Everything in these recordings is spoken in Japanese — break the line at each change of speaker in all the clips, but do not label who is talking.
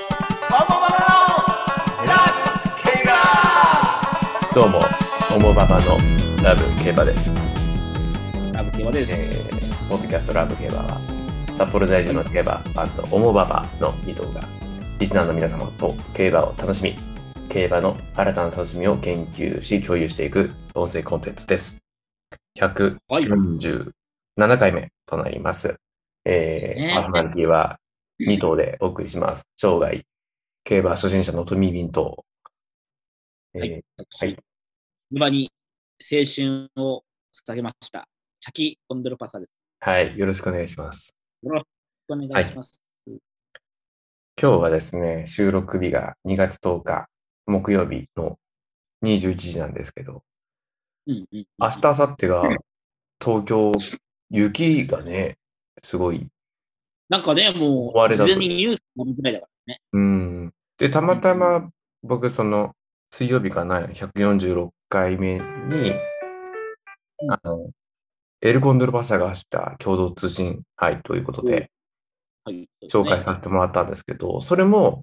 モババのラブ競馬どうもオモババのラブ競馬です、
ラブテーマです。
えー、ポッドキャストラブ競馬は札幌在住の競馬バンドオモババの2頭がリスナーの皆様と競馬を楽しみ競馬の新たな楽しみを研究し共有していく音声コンテンツです147
はい。
回目となりますえー
ね
パーソナリティは2頭でお送りします。生涯、競馬初心者のトミー・ビンと、えー
はい
はい。
馬に青春を捧げました。チャキ・コンドルパサです。
はい、よろしくお願いします。
お願いします。
今日はですね、収録日が2月10日、木曜日の21時なんですけど、
うんうん。
明日、明後日が東京、雪がね、すごい。
なんかね、も
終わ
う、
り
事
だと
前にニュースも見てないだからね。
うん。で、たまたま僕、その、水曜日かな、146回目に、あの、エルコンドルパサが走った共同通信杯ということで、
はい。そう
紹
です
介
ね
させてもらったんですけど、それも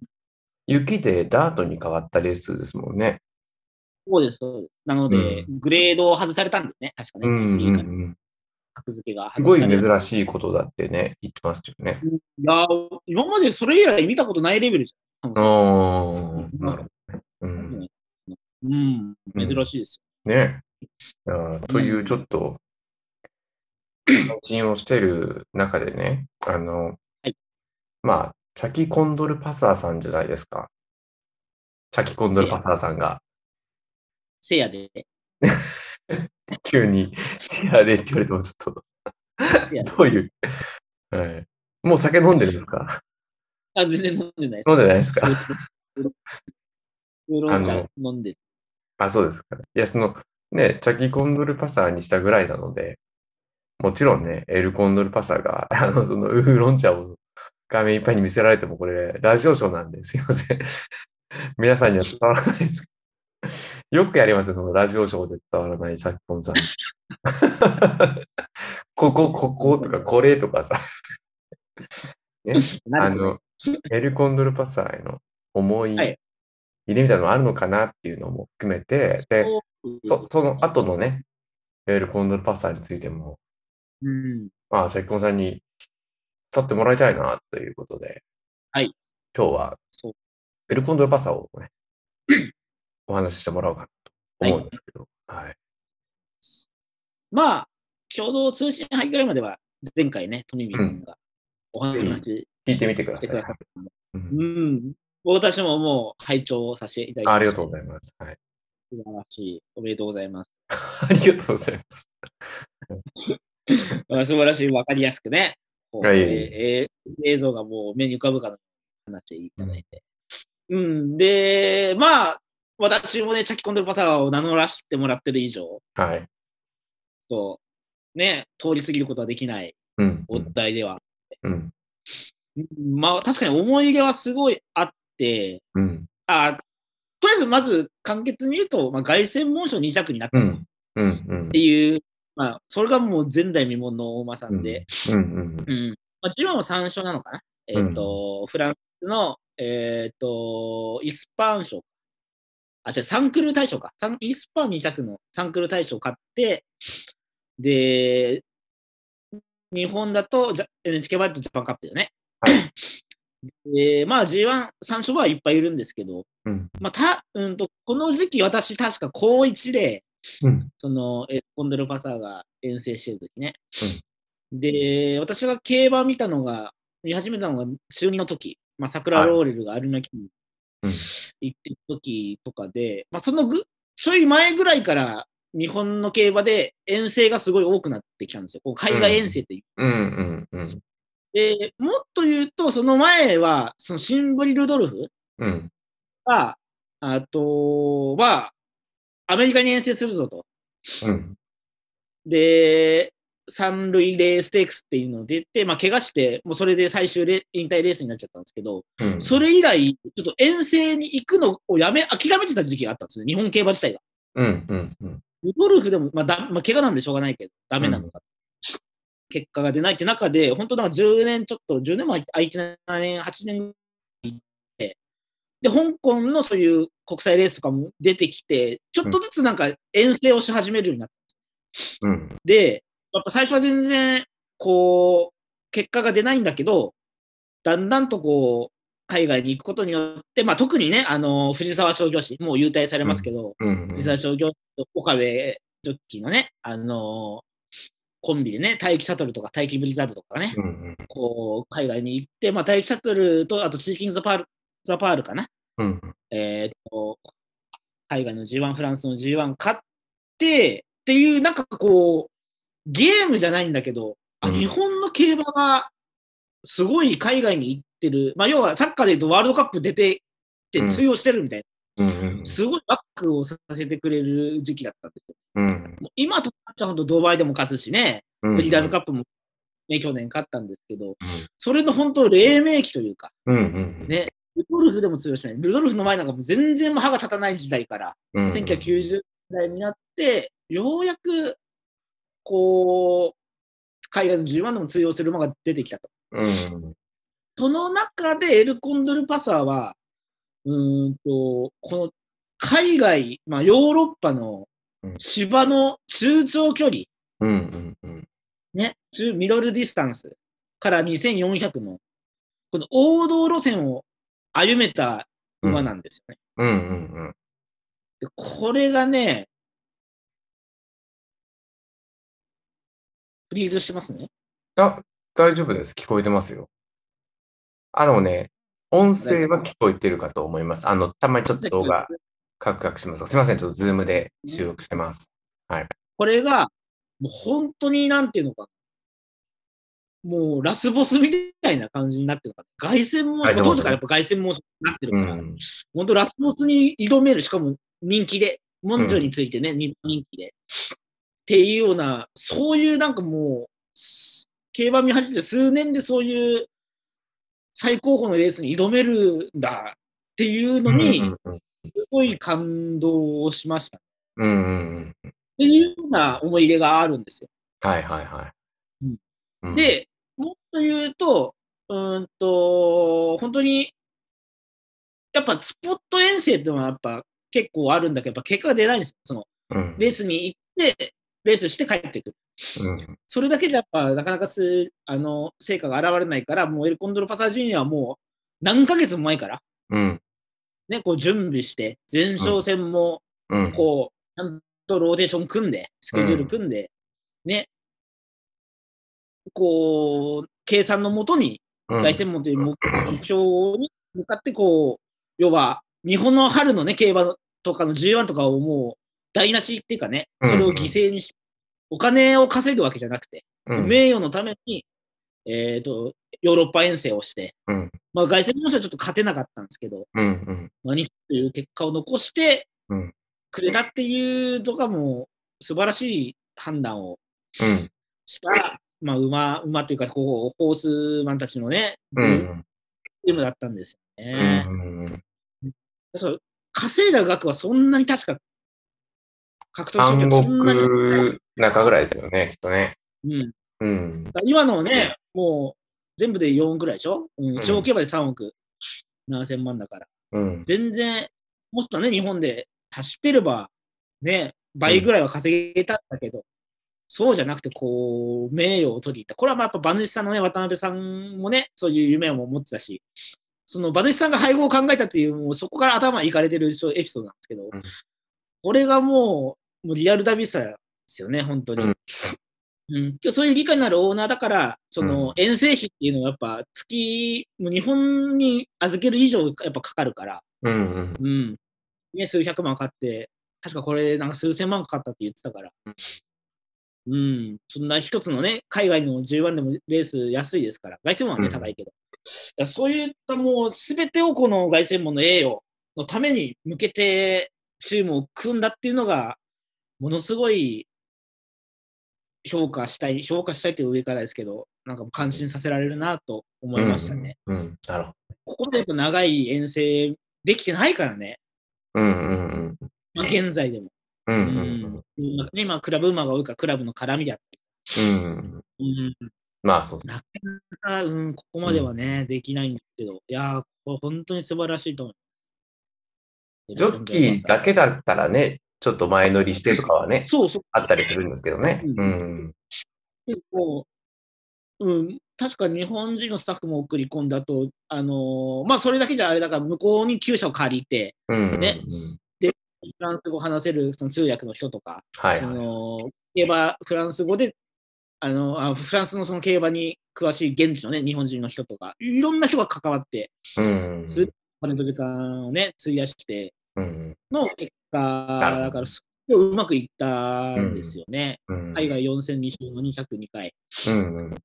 雪でダートに変わったレースですもんね。
そうです、そうです。なので、
う
グレードを外されたんですね。確かね、
うんうん
G3 から
うん
格付けが。
すごい
い。
珍しいことだってね、言ってましたよね。
いやー、今までそれ以来見たことないレベルじゃん。
あ
うん
あ、なるほどね。うん、
うん、珍しいです
ねいやというちょっと、配信をしてる中でね、あの、
はい
まあ、チャキコンドルパサーさんじゃないですか。チャキコンドルパサーさんが。
よ。せいやで。
急に、いやあれって言われてもちょっと
せやで。
どういう、はい、もう酒飲んでるんですか
あ、全然飲んでないです。
飲んでないです か
ウーロン茶飲んで。
あ、そうですか。いや、その、ね、チャキコンドルパサーにしたぐらいなので、もちろんね、エルコンドルパサーが、 あの、その、ウーロン茶を画面いっぱいに見せられても、これ、ラジオショーなんで、すいません。 皆さんには伝わらないですけど。 よくやりますよ、そのラジオショーで伝わらないチャキコンさん。 ここ、こことか、これとかさ。ね、あ
なるほど
の、エルコンドルパサーへの思い
はい
入れみたいなのあるのかなっていうのも含めて、で、そその後のね、エルコンドルパサーについても、
うん。
まあ、関根さんに立ってもらいたいなということで、
はい。
今日は
そう、
エルコンドルパサーを ね、お話ししてもらおうかなと思うんですけど、はい。
まあ、共同通信杯ぐらいまでは、前回ね、富見さんがお話し
聞いてみてくださ
して
い。
くださったので、
うん
うん。私ももう拝聴をさせていただきました。
ありがとうございます。はい。
素晴らしい。おめでとうございます。
ありがとうございます。
素晴らしい。わかりやすくね。こう
はい
えーえー映像がもう目に浮かぶかのように話していただいて。うん。で、まあ、私もね、チャキコンドルパサーを名乗らせてもらってる以上、
はい。
と、ね、通り過ぎることはできない
うん。う
お
ん
題では、
うん。
まあ、確かに思い入れはすごいあって、
うん。
あとりあえずまず簡潔に言うと、まあ、凱旋門賞2着になった
う
っ
ん。うん。うん
て。いう、まあ、それがもう前代未聞の大馬さ
うんん
で、。
うん。うん。
うんまあ、自分も3勝なのかな、えっとフランスの、えっとイスパーン賞あ違うサンクル大賞かサンイスパーン2着のサンクル大賞を買ってで日本だとジャ NHK バレットジャパンカップだよね。 でまあ、G1、3勝はいっぱいいるんですけど、
うん
まあたうん、とこの時期、私、確か高1で、
うん。
そのエルコンドルパサーが遠征してる時ね、で私が競馬見たのが見始めたのが中2の時、まあ、桜ローレルがアルナキに
うん
行ってる時とかで、まあ、そのぐちょい前ぐらいから日本の競馬で遠征がすごい多くなってきたんですよこう海外遠征って、
うん。うん。うん。
でもっと言うとその前はそのシンブリ・ルドルフ
うん。
があとはアメリカに遠征するぞと
うん。
で、三塁レーステークスっていうの出て、まあ、怪我して、もうそれで最終レ引退レースになっちゃったんですけど、
うん。
それ以来、ちょっと遠征に行くのをやめ、諦めてた時期があったんですね、日本競馬自体が。
うん。うん。うん。
ルドルフでも、まあだまあ、怪我なんでしょうがないけど、ダメなのか、結果が出ないって中で、本当なんか10年ちょっと、10年も空いてない、7年、8年ぐらい行って、で、香港のそういう国際レースとかも出てきて、ちょっとずつなんか遠征をし始めるようになっ
うん。
で、やっぱ最初は全然、こう、結果が出ないんだけど、だんだんとこう、海外に行くことによって、まあ特にね、あの、藤沢商業市、もう優退されますけど、
うんうん。
藤沢商業市と岡部ジョッキーのね、あのコンビでね、大気シャトルとか大気ブリザードとかね、
うんうん
こう、海外に行って、まあ大気シャトルと、あとシーキングザパール、ザパールかな、
うん
えーっと、海外の G1、フランスの G1 勝って、っていう、なんかこう、ゲームじゃないんだけど、あ
うん
日本の競馬がすごい海外に行ってる、まあ、要はサッカーで言うとワールドカップ出てって通用してるみたい
うんうん
な、すごいバックをさせてくれる時期だったんですよ。
うん
もう今となっちゃほんとドバイでも勝つしね、
うん
ブリーダーズカップも、ね、去年勝ったんですけど
ん、
それの本当、黎明期というか、
うんうん
ねルドルフでも通用してない、ルドルフの前なんかもう全然歯が立たない時代から、
うん
1990年代になって、ようやく、こう、海外の10万でも通用する馬が出てきたと。
うん
その中でエルコンドルパサーは、うーんと、この海外、まあヨーロッパの
うん
芝の中長距離、
うんうんうん
ね、中ミドルディスタンスから2400の、この王道路線を歩めた馬なんですよね。
うんうん
でこれがね、フリーズしてますね。
あ大丈夫です聞こえてますよあのね音声は聞こえてるかと思いますあのたまにちょっと動画カクカクしますがすいませんちょっとズームで収録してます
これが、もう本当になんていうのか、もうラスボスみたいな感じになってるから、凱旋門、
凱旋門
当時からやっぱ凱旋門になってる
う
から、
ん
本当ラスボスに挑める、しかも人気で、モンジョについてね、人人気で。っていうような、そういうなんかもう、す競馬見始めて数年でそういう最高峰のレースに挑めるんだっていうの
う
に
ん、うん
すごい感動をしました。っ
うんうんうん
ていうような思い入れがあるんですよ。
はいはいはい
うん
うん
で、もっと言うと、うーんと、本当に、やっぱスポット遠征っていうのはやっぱ結構あるんだけど、やっぱ結果が出ないんですよ。その
うん
レースに行って、レースして帰ってくる。
うん
それだけじゃやっぱなかなかすあの成果が現れないから、もうエルコンドロパサージュニアはもう何ヶ月も前から、
うん
ね、こう準備して、前哨戦も
うん
こう、ちゃんとローテーション組んで、スケジュール組んで、ね、こう、計算のもとに、
うん
凱旋門という目目標に向かって、こう、要は、日本の春のね、競馬とかの G1 とかをもう、台無しっていうかね、それを犠牲にして、お金を稼ぐわけじゃなくて、
うん
名誉のために、えー、とヨーロッパ遠征をして、
うん
まあ、外戦の人はちょっと勝てなかったんですけど、
うんうん
まあ、2という結果を残して
うん
くれたっていうのがもう素晴らしい判断を
うん
した、まあ、馬馬というかこうホースマンたちのね、
うんうん
チームだったんですよ
う
ね。
んうん
そう稼いだ額はそんなに確か獲得
三
賞金はそんなに、
国中ぐらいですよねきっとね
うん、
うん
だから今のね、もう全部で4ぐらいでしょ、うん、地方競馬で3億7000万だから。
うん
全然、もっとね、日本で走ってれば、ね、倍ぐらいは稼げたんだけど、そうじゃなくて、こう、名誉を取りに行った。これはまあやっぱ馬主さんのね、渡辺さんもね、そういう夢を持ってたし、その馬主さんが配合を考えたっていう、もうそこから頭いかれてるエピソードなんですけど、
うん
これがもう、もうリアルダビッサですよね、本当に。
う
うんん今日そういう理解のあるオーナーだから、その遠征費っていうのはやっぱ月、もう日本に預ける以上やっぱかかるから、
うんうん
うん。ね、数百万かかって、確かこれ、なんか数千万かかったって言ってたから
うん。
うん。そんな一つのね、海外の G1 でもレース安いですから、凱旋門は
う
ね、
ん
高いけど。だからそういったもう、すべてをこの凱旋門の栄誉のために向けて、チームを組んだっていうのが、ものすごい評価したい、評価したいという上からですけど、なんかもう感心させられるなと思いましたね。
うんうんなるほど
ここまでやっぱ長い遠征できてないからね、
うんうんうん
まあ、現在でも。
う
うん
うん
ん今、今クラブ馬が多いから、クラブの絡みだって。
うんうん
うん、
まあそう
なかなか、うん、ここまではね、できないんですけど、いやー、これ本当に素晴らしいと思う。
ジョッキーだけだったらね、ちょっと前乗りしてとかはね、
そうそう。
あったりするんですけどね。
う
うん。
でもう、うん、確か日本人のスタッフも送り込んだと、あのーまあ、それだけじゃあれだから、向こうに厩舎を借りて、
うん。
ね
うん。
フランス語話せるその通訳の人とか、
はい
そ
はい。
の競馬、フランス語で、あのあフランスのその競馬に詳しい現地のね、日本人の人とか、いろんな人が関わって、
うん。
すお金と時間をね、費やして
うん。
の結
る
果、
ほど
だから、すっごいうまくいったんですよね。
うん
海外4020の202回。
うんうん。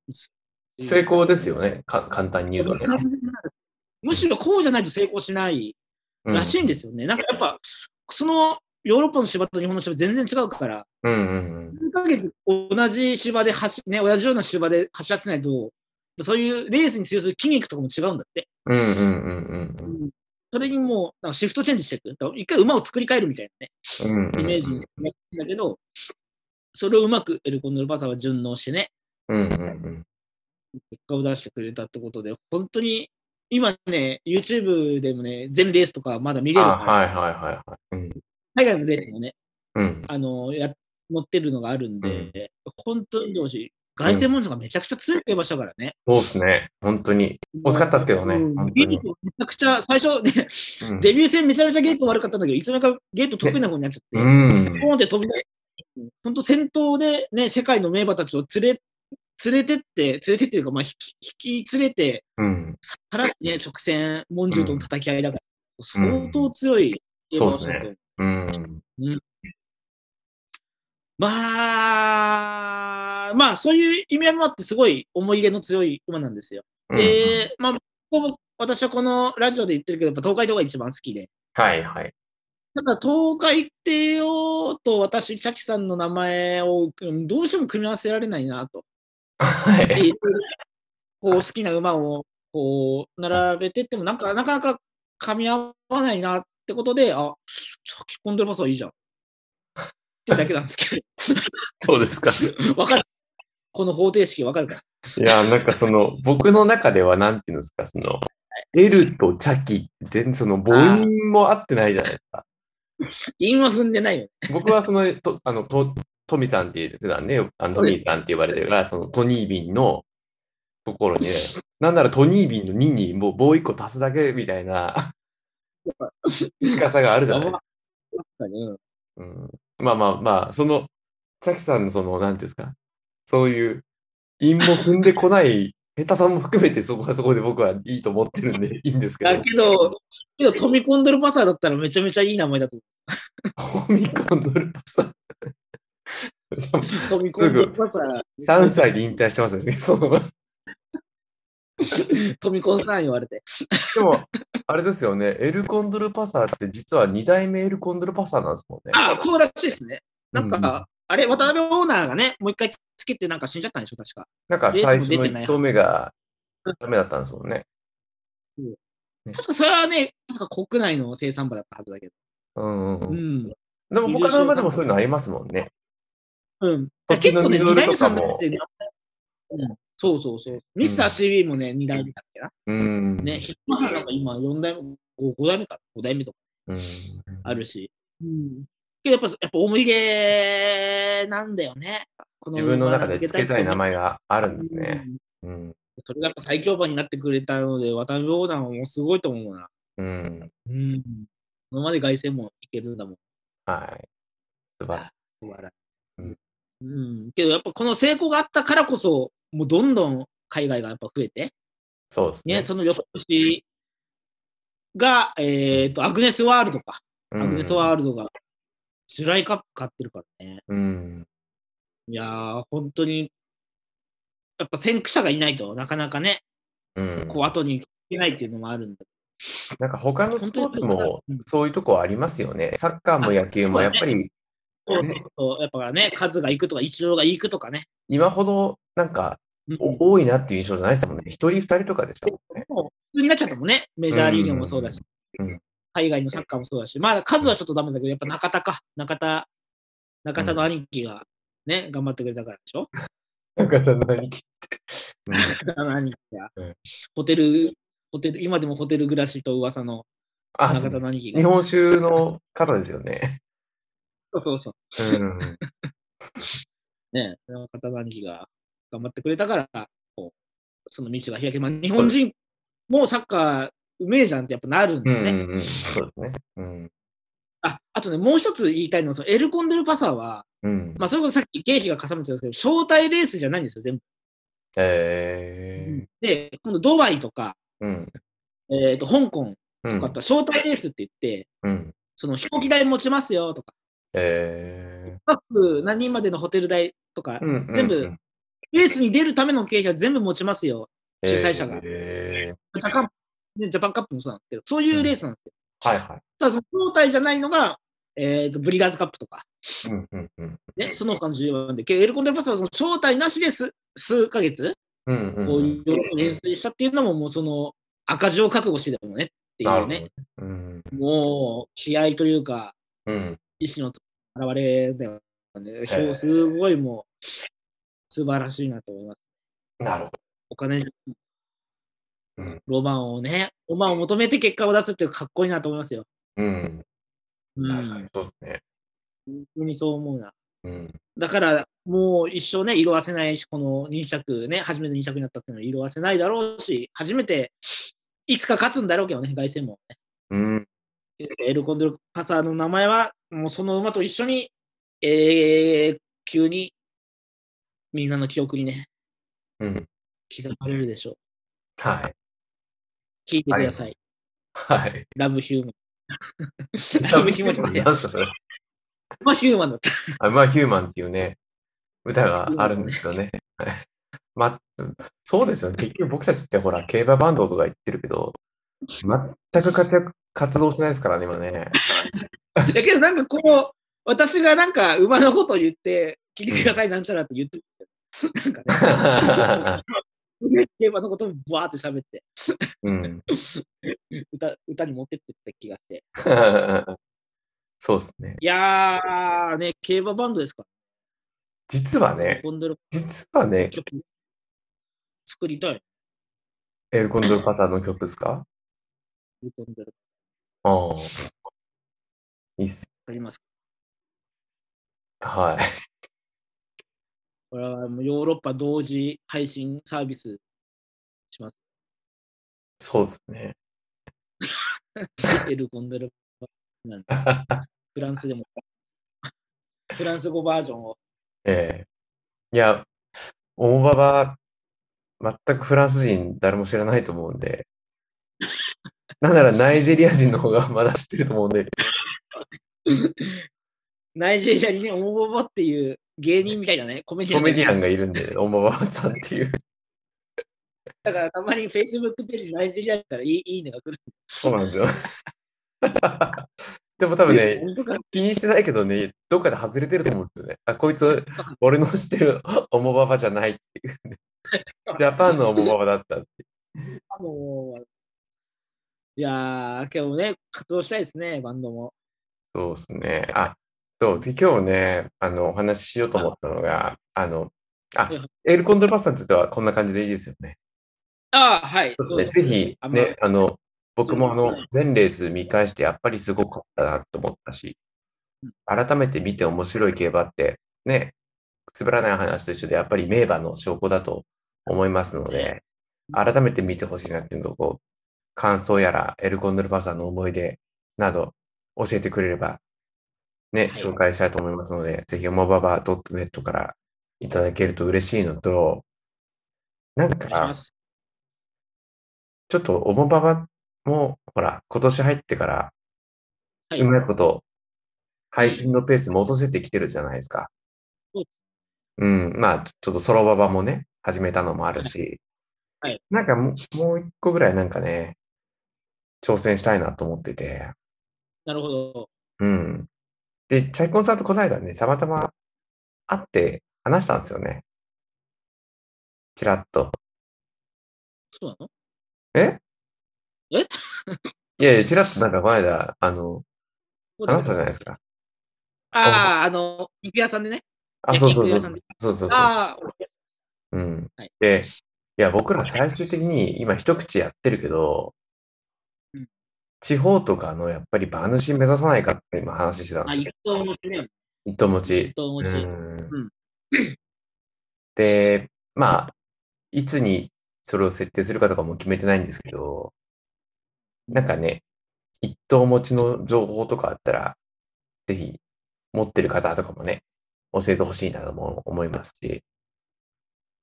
成功ですよね。か簡単に言うとね。
むしろこうじゃないと成功しない
うん
らしいんですよね。なんかやっぱ、そのヨーロッパの芝と日本の芝全然違うから、
うんうん
数ヶ月同じ芝で走、ね、同じような芝で走らせないと、そういうレースに通する筋肉とかも違うんだって。
うん。うんうんうんうん
それにもうなんかシフトチェンジしていく。だから一回馬を作り変えるみたいなね、
うんうん。
イメージになってんだけど、それをうまくエルコンドルパサは順応してね、
うんうんうん。
結果を出してくれたってことで、本当に今ね、YouTube でもね、全レースとかまだ見れ
あ
るから、
はいはいはいはい。うん
海外のレースもね、
うん。
あのや持ってるのがあるんで、
うん
本当にどうしい。凱旋門とかめちゃくちゃ強い競馬したからね。
そうですね。本当に。惜しかったですけどね
うん
本当
ゲ
に
ートめちゃくちゃ、最初、 ね、
うん
デビュー戦めちゃめちゃゲート悪かったんだけど、いつの間にかゲート得意な方になっち
う
ゃって、
ん。
ポンって飛び出して、本当戦闘でね、世界の名馬たちを連れ、連れてって、連れてっていうか、まあ、引き、引き連れて、
うん。
さらにね、直線、モンジュとの叩き合いだから、
うん
相当強い競馬をした
そ
と
うですうん。
まあ、まあ、そういう意味合いもあって、すごい思い入れの強い馬なんですよ。
うん
で、まあ、僕私はこのラジオで言ってるけど、やっぱ東海道が一番好きで、
はいはい。
ただ東海帝王と私、チャキさんの名前をうんどうしても組み合わせられないなと。
は
で
い。
いろいろこう好きな馬をこう並べてってもなんか、なかなか噛み合わないなってことで、あチャキコンドルバスはいいじゃん。ってだけなんですけど。
どうですか
わかる。この方程式わかるか。
いや、なんかその、僕の中ではなんていうんですか、その、エルとチャキ、全然その母音も合ってないじゃないですか。
韻は踏んでないよ。
僕はその、とあの、と、トミさんっていう、普段ね、あのトミーさんって呼ばれてるから、そのトニービンのところにね、なんならトニービンの2にもう棒1個足すだけみたいな近さがあるじゃないですか。うん、まあまあまあ、その、チャキさんのその、なんていうんですか、そういう、韻も踏んでこない、下手さも含めて、そこはそこで僕はいいと思ってるん で、いいんですけど
だ、けど、けど飛び込んでるパサーだったらめちゃめちゃいい名前だと
コミコンドルパさん。
思う。飛び込んでるパサー。
3歳で引退してますね。そので
飛び込んさん言われて。
も、あれですよね、エルコンドルパサーって実は2代目エルコンドルパサーなんですもんね。
ああ、そうらしいですね。
う
なんか、
う
あれ、渡辺オーナーがね、もう一回つけてなんか死んじゃったんでしょ、確か。
なんか
レース
最
も
初
出
の
てない
1投目がダメだったんですもんね。
確かそれはね、確か国内の生産馬だったはずだけど。
うんうん
う
うん、
ん。
でも他の馬でもそういうのありますもんね。
うん。
こっち
結
の
構ね、
ミド
二
ル
代
と
目さ
か
んだ
も
って、うん、そうそうそう。ミスター CB もね、二代目だっけな。
うん。
ね、ヒットさんなんか今4代目、5, 代目か、5代目とか
うん。
あるし。うん。けどやっぱ、やっぱ思い入れなんだよね。こ
自分の中で付けたい名
前
前があるんですね。。うん。
それがやっぱ最強馬になってくれたので、渡辺オーナーもすごいと思うな。
うん。
うん。そのまで凱旋もいけるんだもん。
はい。素晴らしい。
素晴らしい
うん
うん。けどやっぱこの成功があったからこそ、もうどんどん海外がやっぱ増えて、
そうですね。
ね、その翌年が、えっ、と、アグネスワールドか。
うん
アグネスワールドが、ジュライカップ買ってるからね。
うん。
いやー、本当に、やっぱ先駆者がいないとなかなかね、
うん。
こう後にいけないっていうのもあるんだ
なんか他のスポーツも
本当に
そういうとこありますよね。サッカーも野球も
あ
やっぱり
けど、
ね
そうそうそうやっぱね、数がいくとか、一郎がいくとかね。
今ほどなんか
うん
お多いなっていう印象じゃないですもんね。一人二人とかで したもんね。
もう普通になっちゃったもんね、メジャーリーグもそうだし、
うんうん
海外のサッカーもそうだし、まあ数はちょっとダメだけど、やっぱ中田か、中田、中田の兄貴がね、頑張ってくれたからでしょ。
中田の兄貴って。
あの兄貴が
うん
ホテル、ホテル、今でもホテル暮らしと噂の
あ、
中
そうで
田
す
の兄貴が。
日本酒の方ですよ ね。
そうそうそう。
うん。
ね、中田の兄貴が頑張ってくれたから、こうその道が開け、まあ、日本人もサッカーうめえじゃんってやっぱなるん
う
だ
ん
よね。
うんうん。そうですね。うん。
ああとね、もう一つ言いたいのは、そのエルコンデルパサーは、
うん。
まあ、それこそさっき経費がかさめてたんですけど、招待レースじゃないんですよ、全部。
え
で、今度ドバイとか、
ー。うん。
えー、と香港
う
と
ん
か。と招待レースって言って、
うん。
その飛行機代持ちますよとか、
え
スタッフ何人までのホテル代とか
ー。、うんうんうん
全部、レースに出るための経費は全部持ちますよ。主催者が
え
ジャパンねジャパンカップもそうなんですけど、そういうレースなんですよ。
ー。はいは
ただ、その招待じゃないのが、えー、とブリガーズカップとか、
い。うんうんうん。
ね、その他の14番で、けどエルコンデルパスはその招待なしです数ヶ月、
うんうん
こう
う
い
ん。
う遠征したっていうのも、もうその赤字を覚悟してでもねってい
なる
う
ほど
ね、
ね。うん。
もう気合というか、
うん。
意志の表れだよね。
ー
すごいもう、素晴らしいなと思います。
なるほ
お金、
うん
ロマンをね、ロマンを求めて結果を出すっていうのはかっこいいなと思いますよ。
ど。うん。
うん、
確かに
本
そうですね。
当にそう思うな。
うん。
だから、もう一生ね、色褪せないし、この2尺ね、初めて2尺になったっていうのは色褪せないだろうし、初めて、いつか勝つんだろうけどね、凱旋も。
うん。
エルコンドルパサーの名前は、もうその馬と一緒に、えー、急に、みんなの記憶にね、
うん。
刻まれるでしょう。
はい。
聞いてください。
はい。
ラブヒューマン。ラブヒューマンじゃない。
何すかそれ。
まあヒューマンだった。
アマヒューマンっていうね、歌があるんですけどね。はいま、そうですよね。結局僕たちってほら、競馬バンドとか言ってるけど、全く活躍、活動してないですからね、今ね。
だけどなんかこう、私がなんか馬のことを言って、聞いてくださいなんちゃらって言ってる。なん かね。競馬のことをバーって喋って
うん。
歌、歌に持ってってった気がして。
そうですね。
いやー、ね、競馬バンドですか。
実はね、
コンドル
実はね、
曲作りたい。
エルコンドルパサーの曲ですか
コンドル
ああ。いいっす。
ありますか。
はい。
これはもうヨーロッパ同時配信サービス
そうですね。
エルコンドルなんでフランスでも。フランス語バージョンを。
ええいや、大馬場、全くフランス人誰も知らないと思うんで、なんならナイジェリア人の方がまだ知ってると思うんで、
ナイジェリアにね、オモボボっていう芸人みたいな ね、コメディ
コ
アン。
メディアンがいるんで、大馬場さんっていう。
だからたまに Facebook ページナイジェリアだったらいいいいねが来る。
そうなんですよ。 でも多分ね、
本当か
気にしてないけどね、どっかで外れてると思うんですよね。あ、こいつ、俺の知ってる オモババじゃないっていう、ね。ジャパンのオモババだったって。
あのーいやー、今日ね、活動したいですね、バンドも。
そうですね。あ、そう。で、今日ね、あの、お話ししようと思ったのが、あの、あ
はいはい、
エルコンドルパスさんについてはこんな感じでいいですよね。
ああ、はい。
そう
そうで
ですすね。ぜ
あ
ひ、
んま
ね、あの、僕もあ
そう
の
ですね、
全レース見返して、やっぱりすごかったなと思ったし、改めて見て面白い競馬って、ね、くらない話と一緒で、やっぱり名馬の証拠だと思いますので、改めて見てほしいなっていうのと、こう、感想やら、エルコンドルパサーの思い出など、教えてくれれば、ね、
はい
紹介したいと思いますので、ぜひ、おもばば .net からいただけると嬉しいのと、なん
お願いし
か
ま、す。
ちょっとおもばばも、ほら、今年入ってから、
はい。
うまいこと、配信のペース戻せてきてるじゃないですか
うん。
うん、まあ、ちょちょっとソロばばもね、始めたのもあるし
はい、
なんかもうもう一個ぐらいなんかね、挑戦したいなと思ってて、
なるほど。
うん。で、チャイコンさんとこの間ね、たまたま会って話したんですよね。ちらっと。
そうなの
え
え
いやいや、ちらっとなんかこの間、あの、話したじゃないですか。
ああ、あの、肉屋さんでね。
あ、
焼
そう
き
そう
肉
そ
屋
うそうそう
さんで。
そうそう。
ああ、
うん
はい。
で、いや、僕ら最終的に今一口やってるけど
うん、
地方とかのやっぱり馬主目指さないかって今話してたん
あ、
です
一
け
等持ちね。
ど、一等持ち
一。等持
う
ち。
んで、まあ、いつにそれを設定するかとかも決めてないんですけど、なんかね、一等持ちの情報とかあったら、ぜひ持ってる方とかもね、教えてほしいなとも思いますし、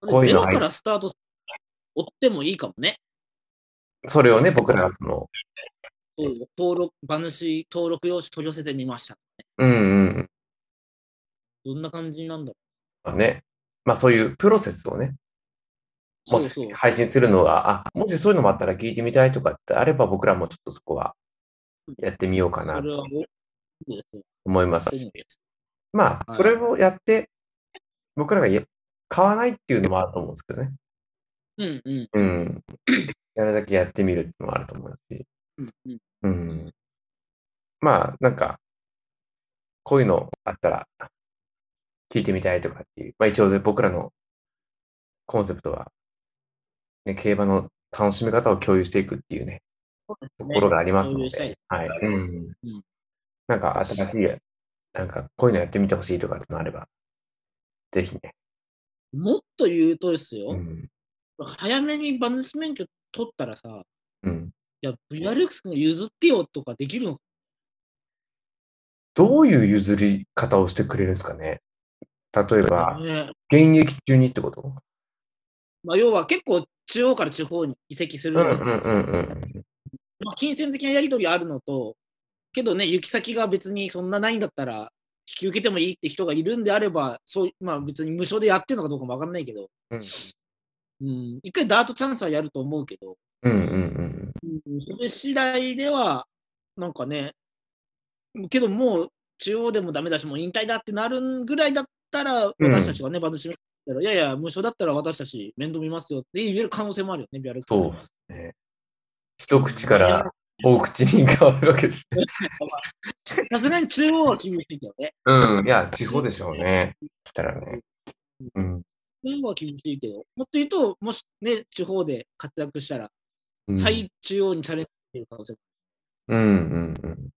こういう
ゼ
の
ロ
入る
からスタートす追ってもいいかもね。
それをね、僕らはその、
そう登録、馬主登録用紙取り寄せてみました。
うんうんうん
どんな感じなんだろ
まあね、まあそういうプロセスをね、
う。
も
そうそう
し。配信するのが、あ、もしそういうのもあったら聞いてみたいとかってあれば、僕らもちょっとそこはやってみようかな
それ
と
は多いですよ
思います
そういう
し
の、です
まあ、
はい
それをやって、僕らがや買わないっていうのもあると思うんですけどね。
うんうん
うん。やるだけやってみるっていうのもあると思うし、
うんうん。
うん。まあ、なんか、こういうのあったら、聞いてみたいとかっていう、まあ一応ね僕らのコンセプトは、ね、競馬の楽しみ方を共有していくっていうね、
そうです
と
ね
ころがありますので、
共有したいです
はい、うん
うん
なんか新しい、なんかこういうのやってみてほしいとかってのあれば、ぜひね。
もっと言うとですよ、
うん。
早めに馬主免許取ったらさ、
うん、
いや、VRX に譲ってよとかできるの
どういう譲り方をしてくれるんですかね例え
か
ば、
ね。
現役中にってこと
まあ、要は結構中央から地方に移籍す
う
る
んう
じ
ん
ゃないです
う
か
んうん。
まあ、金銭的なやり取りあるのと、けどね、行き先が別にそんなないんだったら、引き受けてもいいって人がいるんであれば、そうまあ、別に無償でやってるのかどうかも分かんないけど、
うん
うん一回ダートチャンスはやると思うけど、
うんうんうん
うんそれ次第では、なんかね、けどもう中央でもダメだし、もう引退だってなるぐらいだったら、
うん
私たちがね、バドシメったら、いやいや、無償だったら私たち面倒見ますよって言える可能性もあるよね、ビアルクス
そうですね。一口から大口に変わるわけですね。
さすがに中央は厳しいけどね。
うん。いや、 地方でしょうね。来たらね。うん。
中央は厳しいけど、もっと言うと、もしね、地方で活躍したら、
うん
最中央にチャレンジする可能性も
うんうんうん。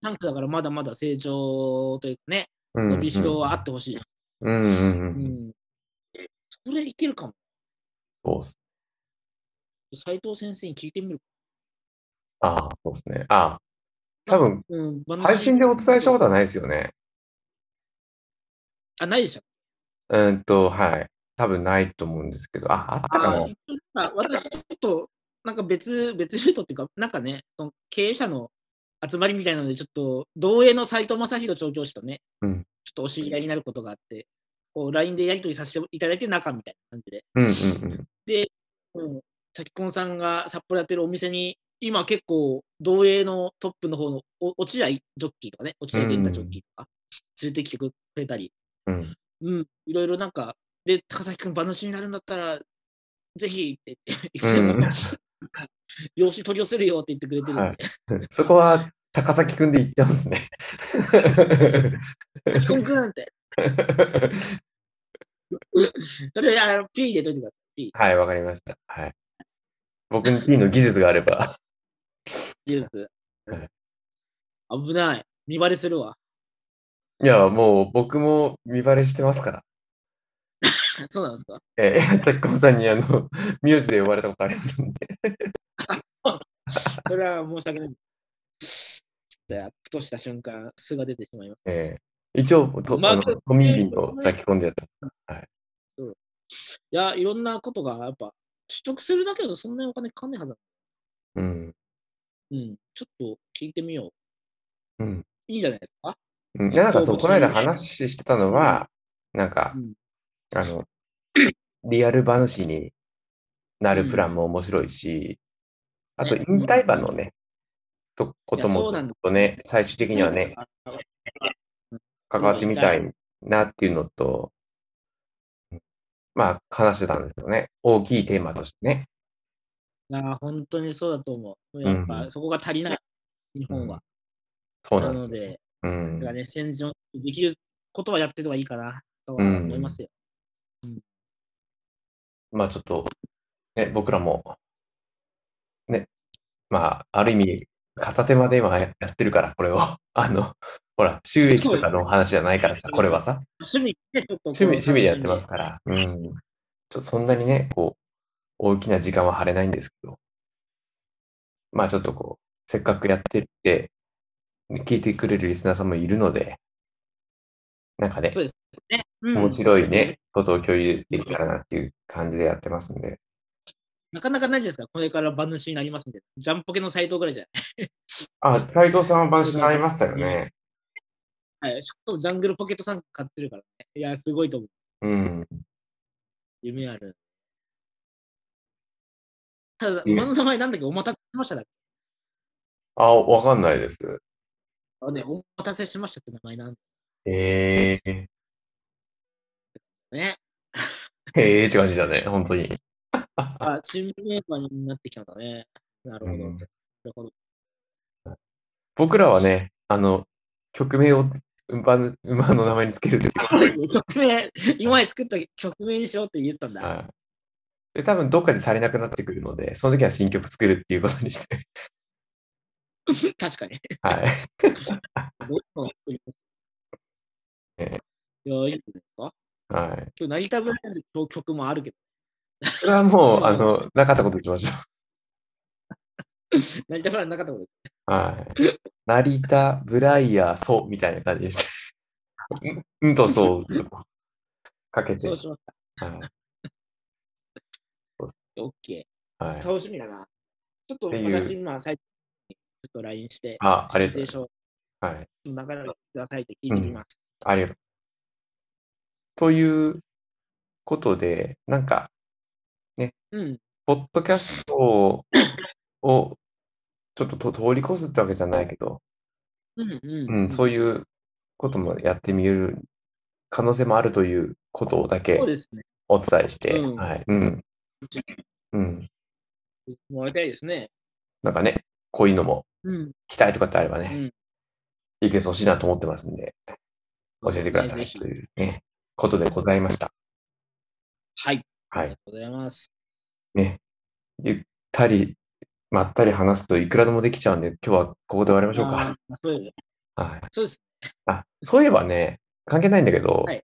タンクだからまだまだ成長というかね、
うんうん
伸びしろはあってほしい。
うんうんう。
うんん。それいけるかも。
そうっす。
斉藤先生に聞いてみる。
ああ、そうですね。ああ。多分、
うん、バナナ
配信でお伝えしたことはないですよね。
あ、ないでしょ。
うーんと、はい。多分ないと思うんですけど、あ、あったか
あ
も。
あ私、ちょっと、なんか別、別ルートっていうか、なんかね、その経営者の集まりみたいなので、ちょっと、同営の斉藤正宏調教師とね、
うん
ちょっとお知り合いになることがあって、こう、LINE でやり取りさせていただいて、仲みたいな感じで。
うんうん
うん。滝コンさんが札幌やってるお店に、今結構、同営のトップの方のお落合ジョッキーとかね、落合源太ジョッキーとか、連れてきてくれたり、
うん。うん。
うん、いろいろなんか、で、高崎君、馬主になるんだったら、ぜひって 言って、いつでも、
うん
なんか養子取り寄せるよって言ってくれてるんで、
はい そこは、高崎くんで行っちゃうんですね。
滝君なんて、それ、あの、P でといてくださ
はい、わかりました。はい。僕に P の技術があれば。
い、ジュース
はい。
危ない。見バレするわ。
いや、もう僕も見バレしてますから。
そうなんですか
えー、たっこさんに、あの、 名字で呼ばれたことありますんで。
それは申し訳ない。ちょっとアップとした瞬間、素が出てしまいます。
えー一応、と
まあ
あのトミーリンと炊き込んでやった。
いや、いろんなことが、やっぱ、取得するだけだとそんなにお金かかんないはず。
うん。
うん、ちょっと聞いてみよう。
うん。
いいじゃないですか
うん、いやなんかそう、
そ
こ
う
の間
そう
話してたのは、なんか、
うん
あの、 リアル馬主になるプランも面白いし、あと、
ね
引退馬のね、とこと
いやそ
も、
う
ち
なん
ょっ
だ
とね、最終的にはね、。関わってみたいなっていうのと、まあ、話してたんですよね。大きいテーマとしてね。
いや、本当にそうだと思う。やっぱ、
うん
そこが足りない、日本は。
そうな
なん
です
の
よ。
で、
う
だ
ん
から。ね、戦場できることはやってた方がいいかなとは思いますよ。
まあちょっと、ね、僕らも、ね、まあ、ある意味、片手間で今やってるから、これを。 あの、ほら、収益とかの話じゃないからさ、これはさ、
趣味でちょっと
趣味、趣味でやってますから、うん。ちょっとそんなにね、こう、大きな時間は張れないんですけど、まあちょっとこう、せっかくやってって、聞いてくれるリスナーさんもいるので、なんかね
そう、ですね。うん
面白いね、。ことを共有できたらなっていう感じでやってますんで、
なかなかないじゃないですか。これから馬主になりますんで。ジャンポケの斎藤ぐらいじゃ
あ、斉藤さんは番組になりましたよね。
ない。はい。しかもジャングルポケットさん買ってるからね。いや、すごいと思う。
うん。
夢ある。ただ、
うん
馬の名前なんだっけお待たせしましただっけ
あ、わかんないです。
あね、お待たせしましたって名前なんだ
ええ
ね。
ええって感じだね、本当に。
あ、チームメンバーになってきたんだね。なるほど。
うん
なるほど。
僕らはね、あの、曲名を馬の馬の名前につけるっていう
そ うですね曲名、今まで作った曲名にしようって言ったんだ。
はい。で、多分どっかで足りなくなってくるので、その時は新曲作るっていうことに して。
確かに。
はい。
どういうのを作ります
え
いや、いいんじゃないですか
はい。
今日、成田ブランドの曲もあるけど、
それはもう、
そう
あ
なんだ
の、なかったことにしましょ
成田ブランドなかったことです
う。はい。成田、ブライヤー、ソみたいな感じにして。うんうんとそうかけて。
そ
は
う
い
しまし。た。OK。
はい、
楽しみだな。ちょっと
っていう
私、今、最初にちょっと LINE して、
あ、あり
申
がとうござ
請
います。
書
はい。
の流れをくださいって聞いてみます。
ありがとう。ということで、なんか、
うん。
ポッドキャストををちょっとと通り越すってわけじゃないけど、
うん。う。
うんん、そういうこともやってみる可能性もあるということだけ
そうですね。
お伝えして、
うん
はい。うん。うん。
もらいたいですね。
なんかね、こういうのも
うん。
期待とかってあれば
う
ね、
ん。
いけてほしいなと思ってますんで、教えてくださ
ぜ
い
ひ
というね、ことでございました。
はい。あ
はい
りが。とうございます。
ね、ゆったり、まったり話すといくらでもできちゃうんで、今日はここで終わりましょうか。
あーそうです。
はい。
そうです。
あ、そういえばね、関係ないんだけど、
はい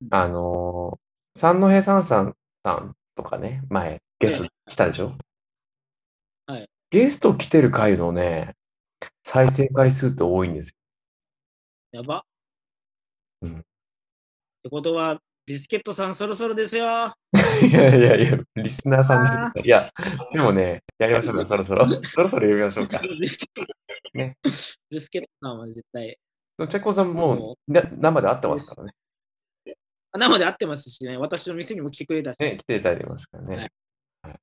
うん
あのー三戸さんさんさんとかね、前、ゲスト来たでしょ
はい
ゲスト来てる回のね、再生回数って多いんですよ。
やば。
うん
ってことは、ビスケットさんそろそろですよ。
いやいやいや、リスナーさんですいや、でもね、やりましょうか、そろそろ。そろそろやりましょうか。
ビスケット
ね
ビスケットさんは絶対。
チェコさんもうな生で会ってますからね。
あ生で会ってますしね、私の店にも来てくれたし、
ね、来ていただいてますからね。
は
はい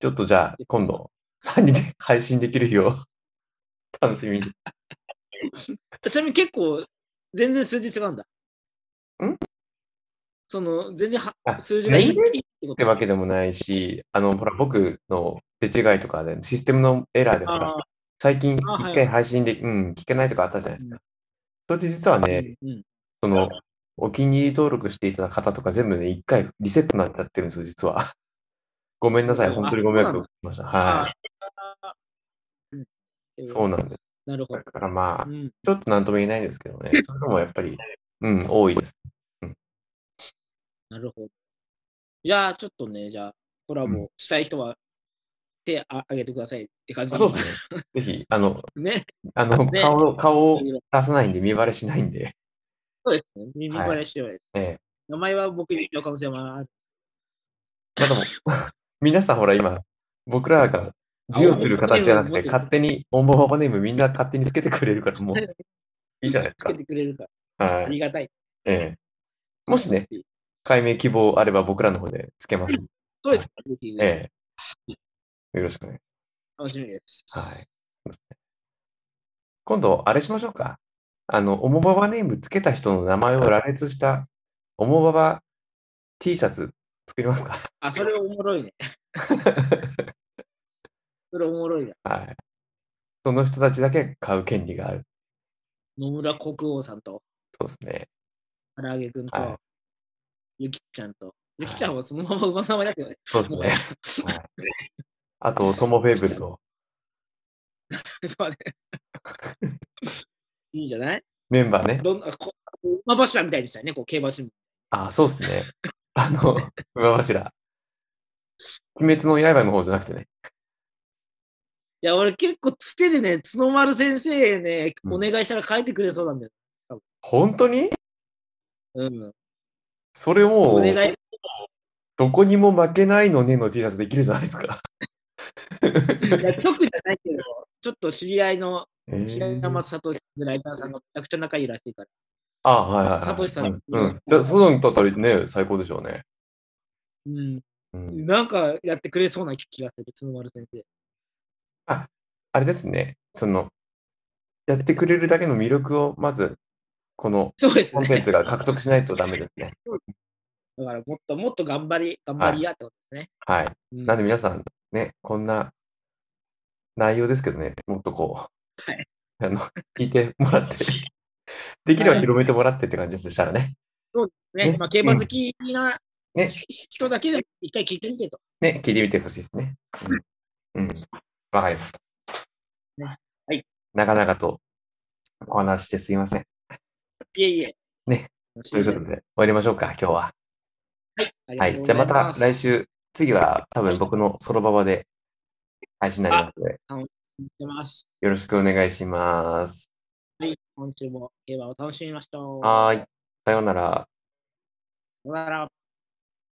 ちょっとじゃあ、今度、3人で配信できる日を 楽しみに。
ちなみに結構、全然数字違うんだ。
ん
その、全然は
あ
数字がいい
全然
いいってこ
ってわ
と
けでもないし、あの、ほら、僕の手違いとかで、システムのエラーで、ほら
あ、あ
最近、
あはい
一回配信で、うん、聞けないとかあったじゃないですか。それって実はね、
ー、うん。
その、お気に入り登録していただいた方とか全部ね、一回リセットになっちゃってるんですよ、実は。 ごめんなさい、
あ
本当にご迷惑をかけました。は
あーう
い。
ん
そうなんです。
なるほ
だ
ど。
からまあ
う、ん、
ちょっとなんとも言えないんですけどね、それでもやっぱり、うん、多いです。
なるほど。いやー、ちょっとね、じゃあ、コラボしたい人は手ああげてくださいって感じ
あそうですね。ぜひ、あの、
ね。
あの、
ね
顔を、顔を
いろいろ
出さないんで、見バレしないんで、
そうですね。耳バレしてはない、
ええ。
名前は僕に言う可能性もある。
まあでも、 皆さんほら、今、僕らが授与する形じゃなく
あオンボ
て、
ネーム
勝手に、オンボバネームみんな勝手につけてくれるから、もう、いいじゃないです
つ
か
け。てくれるから、
は
あ
い。
りがたい。
ええ。もしね、解明希望あれば、僕らの方でつけます。
そうです。ぜひ
ええ。よろしくね。
楽しみです。
はい。そうですね今度、あれしましょうか。あの、おもばばネームつけた人の名前を羅列した、おもばば T シャツ作りますか。
あ、それおもろいね。それおもろいね。
はい。その人たちだけ買う権利がある。
野村国王さんと、
そうですね。
唐揚げくんと、
はい
ゆきちゃんと。
い
ゆきちゃんはそのまま馬の名前だけどね。
そうです
もう
ね。あと、トモフェーブルの
そうね。 いいんじゃない
メンバーね。
どんな、こ馬柱みたいでしたよね、こう競馬新聞。
あ、そうですね。あの、馬柱。鬼滅の刃の方じゃなくてね。
いや、俺結構つてでね、角丸先生ね、
うん
お願いしたら書いてくれそうなんだよ。
本当に
うん。
それも
お
う
願い。い
どこにも負けないのねの T シャツできるじゃないです か。
や、特じゃないけど、ちょっと知り合いの
えー
平山聡さんのライターさんがめちゃくちゃ仲いいらしいから。
あ、はいはいはい。
サトシさん
うん。うんじゃあ、そのだったらね、最高でしょうね。
うん。
うん、
なんかやってくれそうな気がする、角丸先生。
あれですね、その、やってくれるだけの魅力をまず、この
そうです
コンテン
ね。
ツが獲得しないとダメですね。
だからもっともっと頑張り、頑張りやってことですね。
はい。
うん
なんで皆さん、ね、こんな内容ですけどね、もっとこう、
はい
あの、聞いてもら って、できれば広めてもらってって感じですしたらね。
ね
ね
まあ、競馬好きな
ね
人だけでも一回聞いてみてと。
ね、聞いてみてほしいですね。うん。うんわ、かりました。
はい。
なかなかとお話ししてすいません。
いえいえ。
ね。ということで、終わりましょうか、今日は。
はい。
は
あり
い。じ
がと
ゃ
う
あま
ござい
た
ます
来。週、次は多分僕のソロババで配信になりますので、
行ってます
よろしくお願いします。
はい。今週も競馬を楽しみましょう。
はーい。さようなら。
さよなら。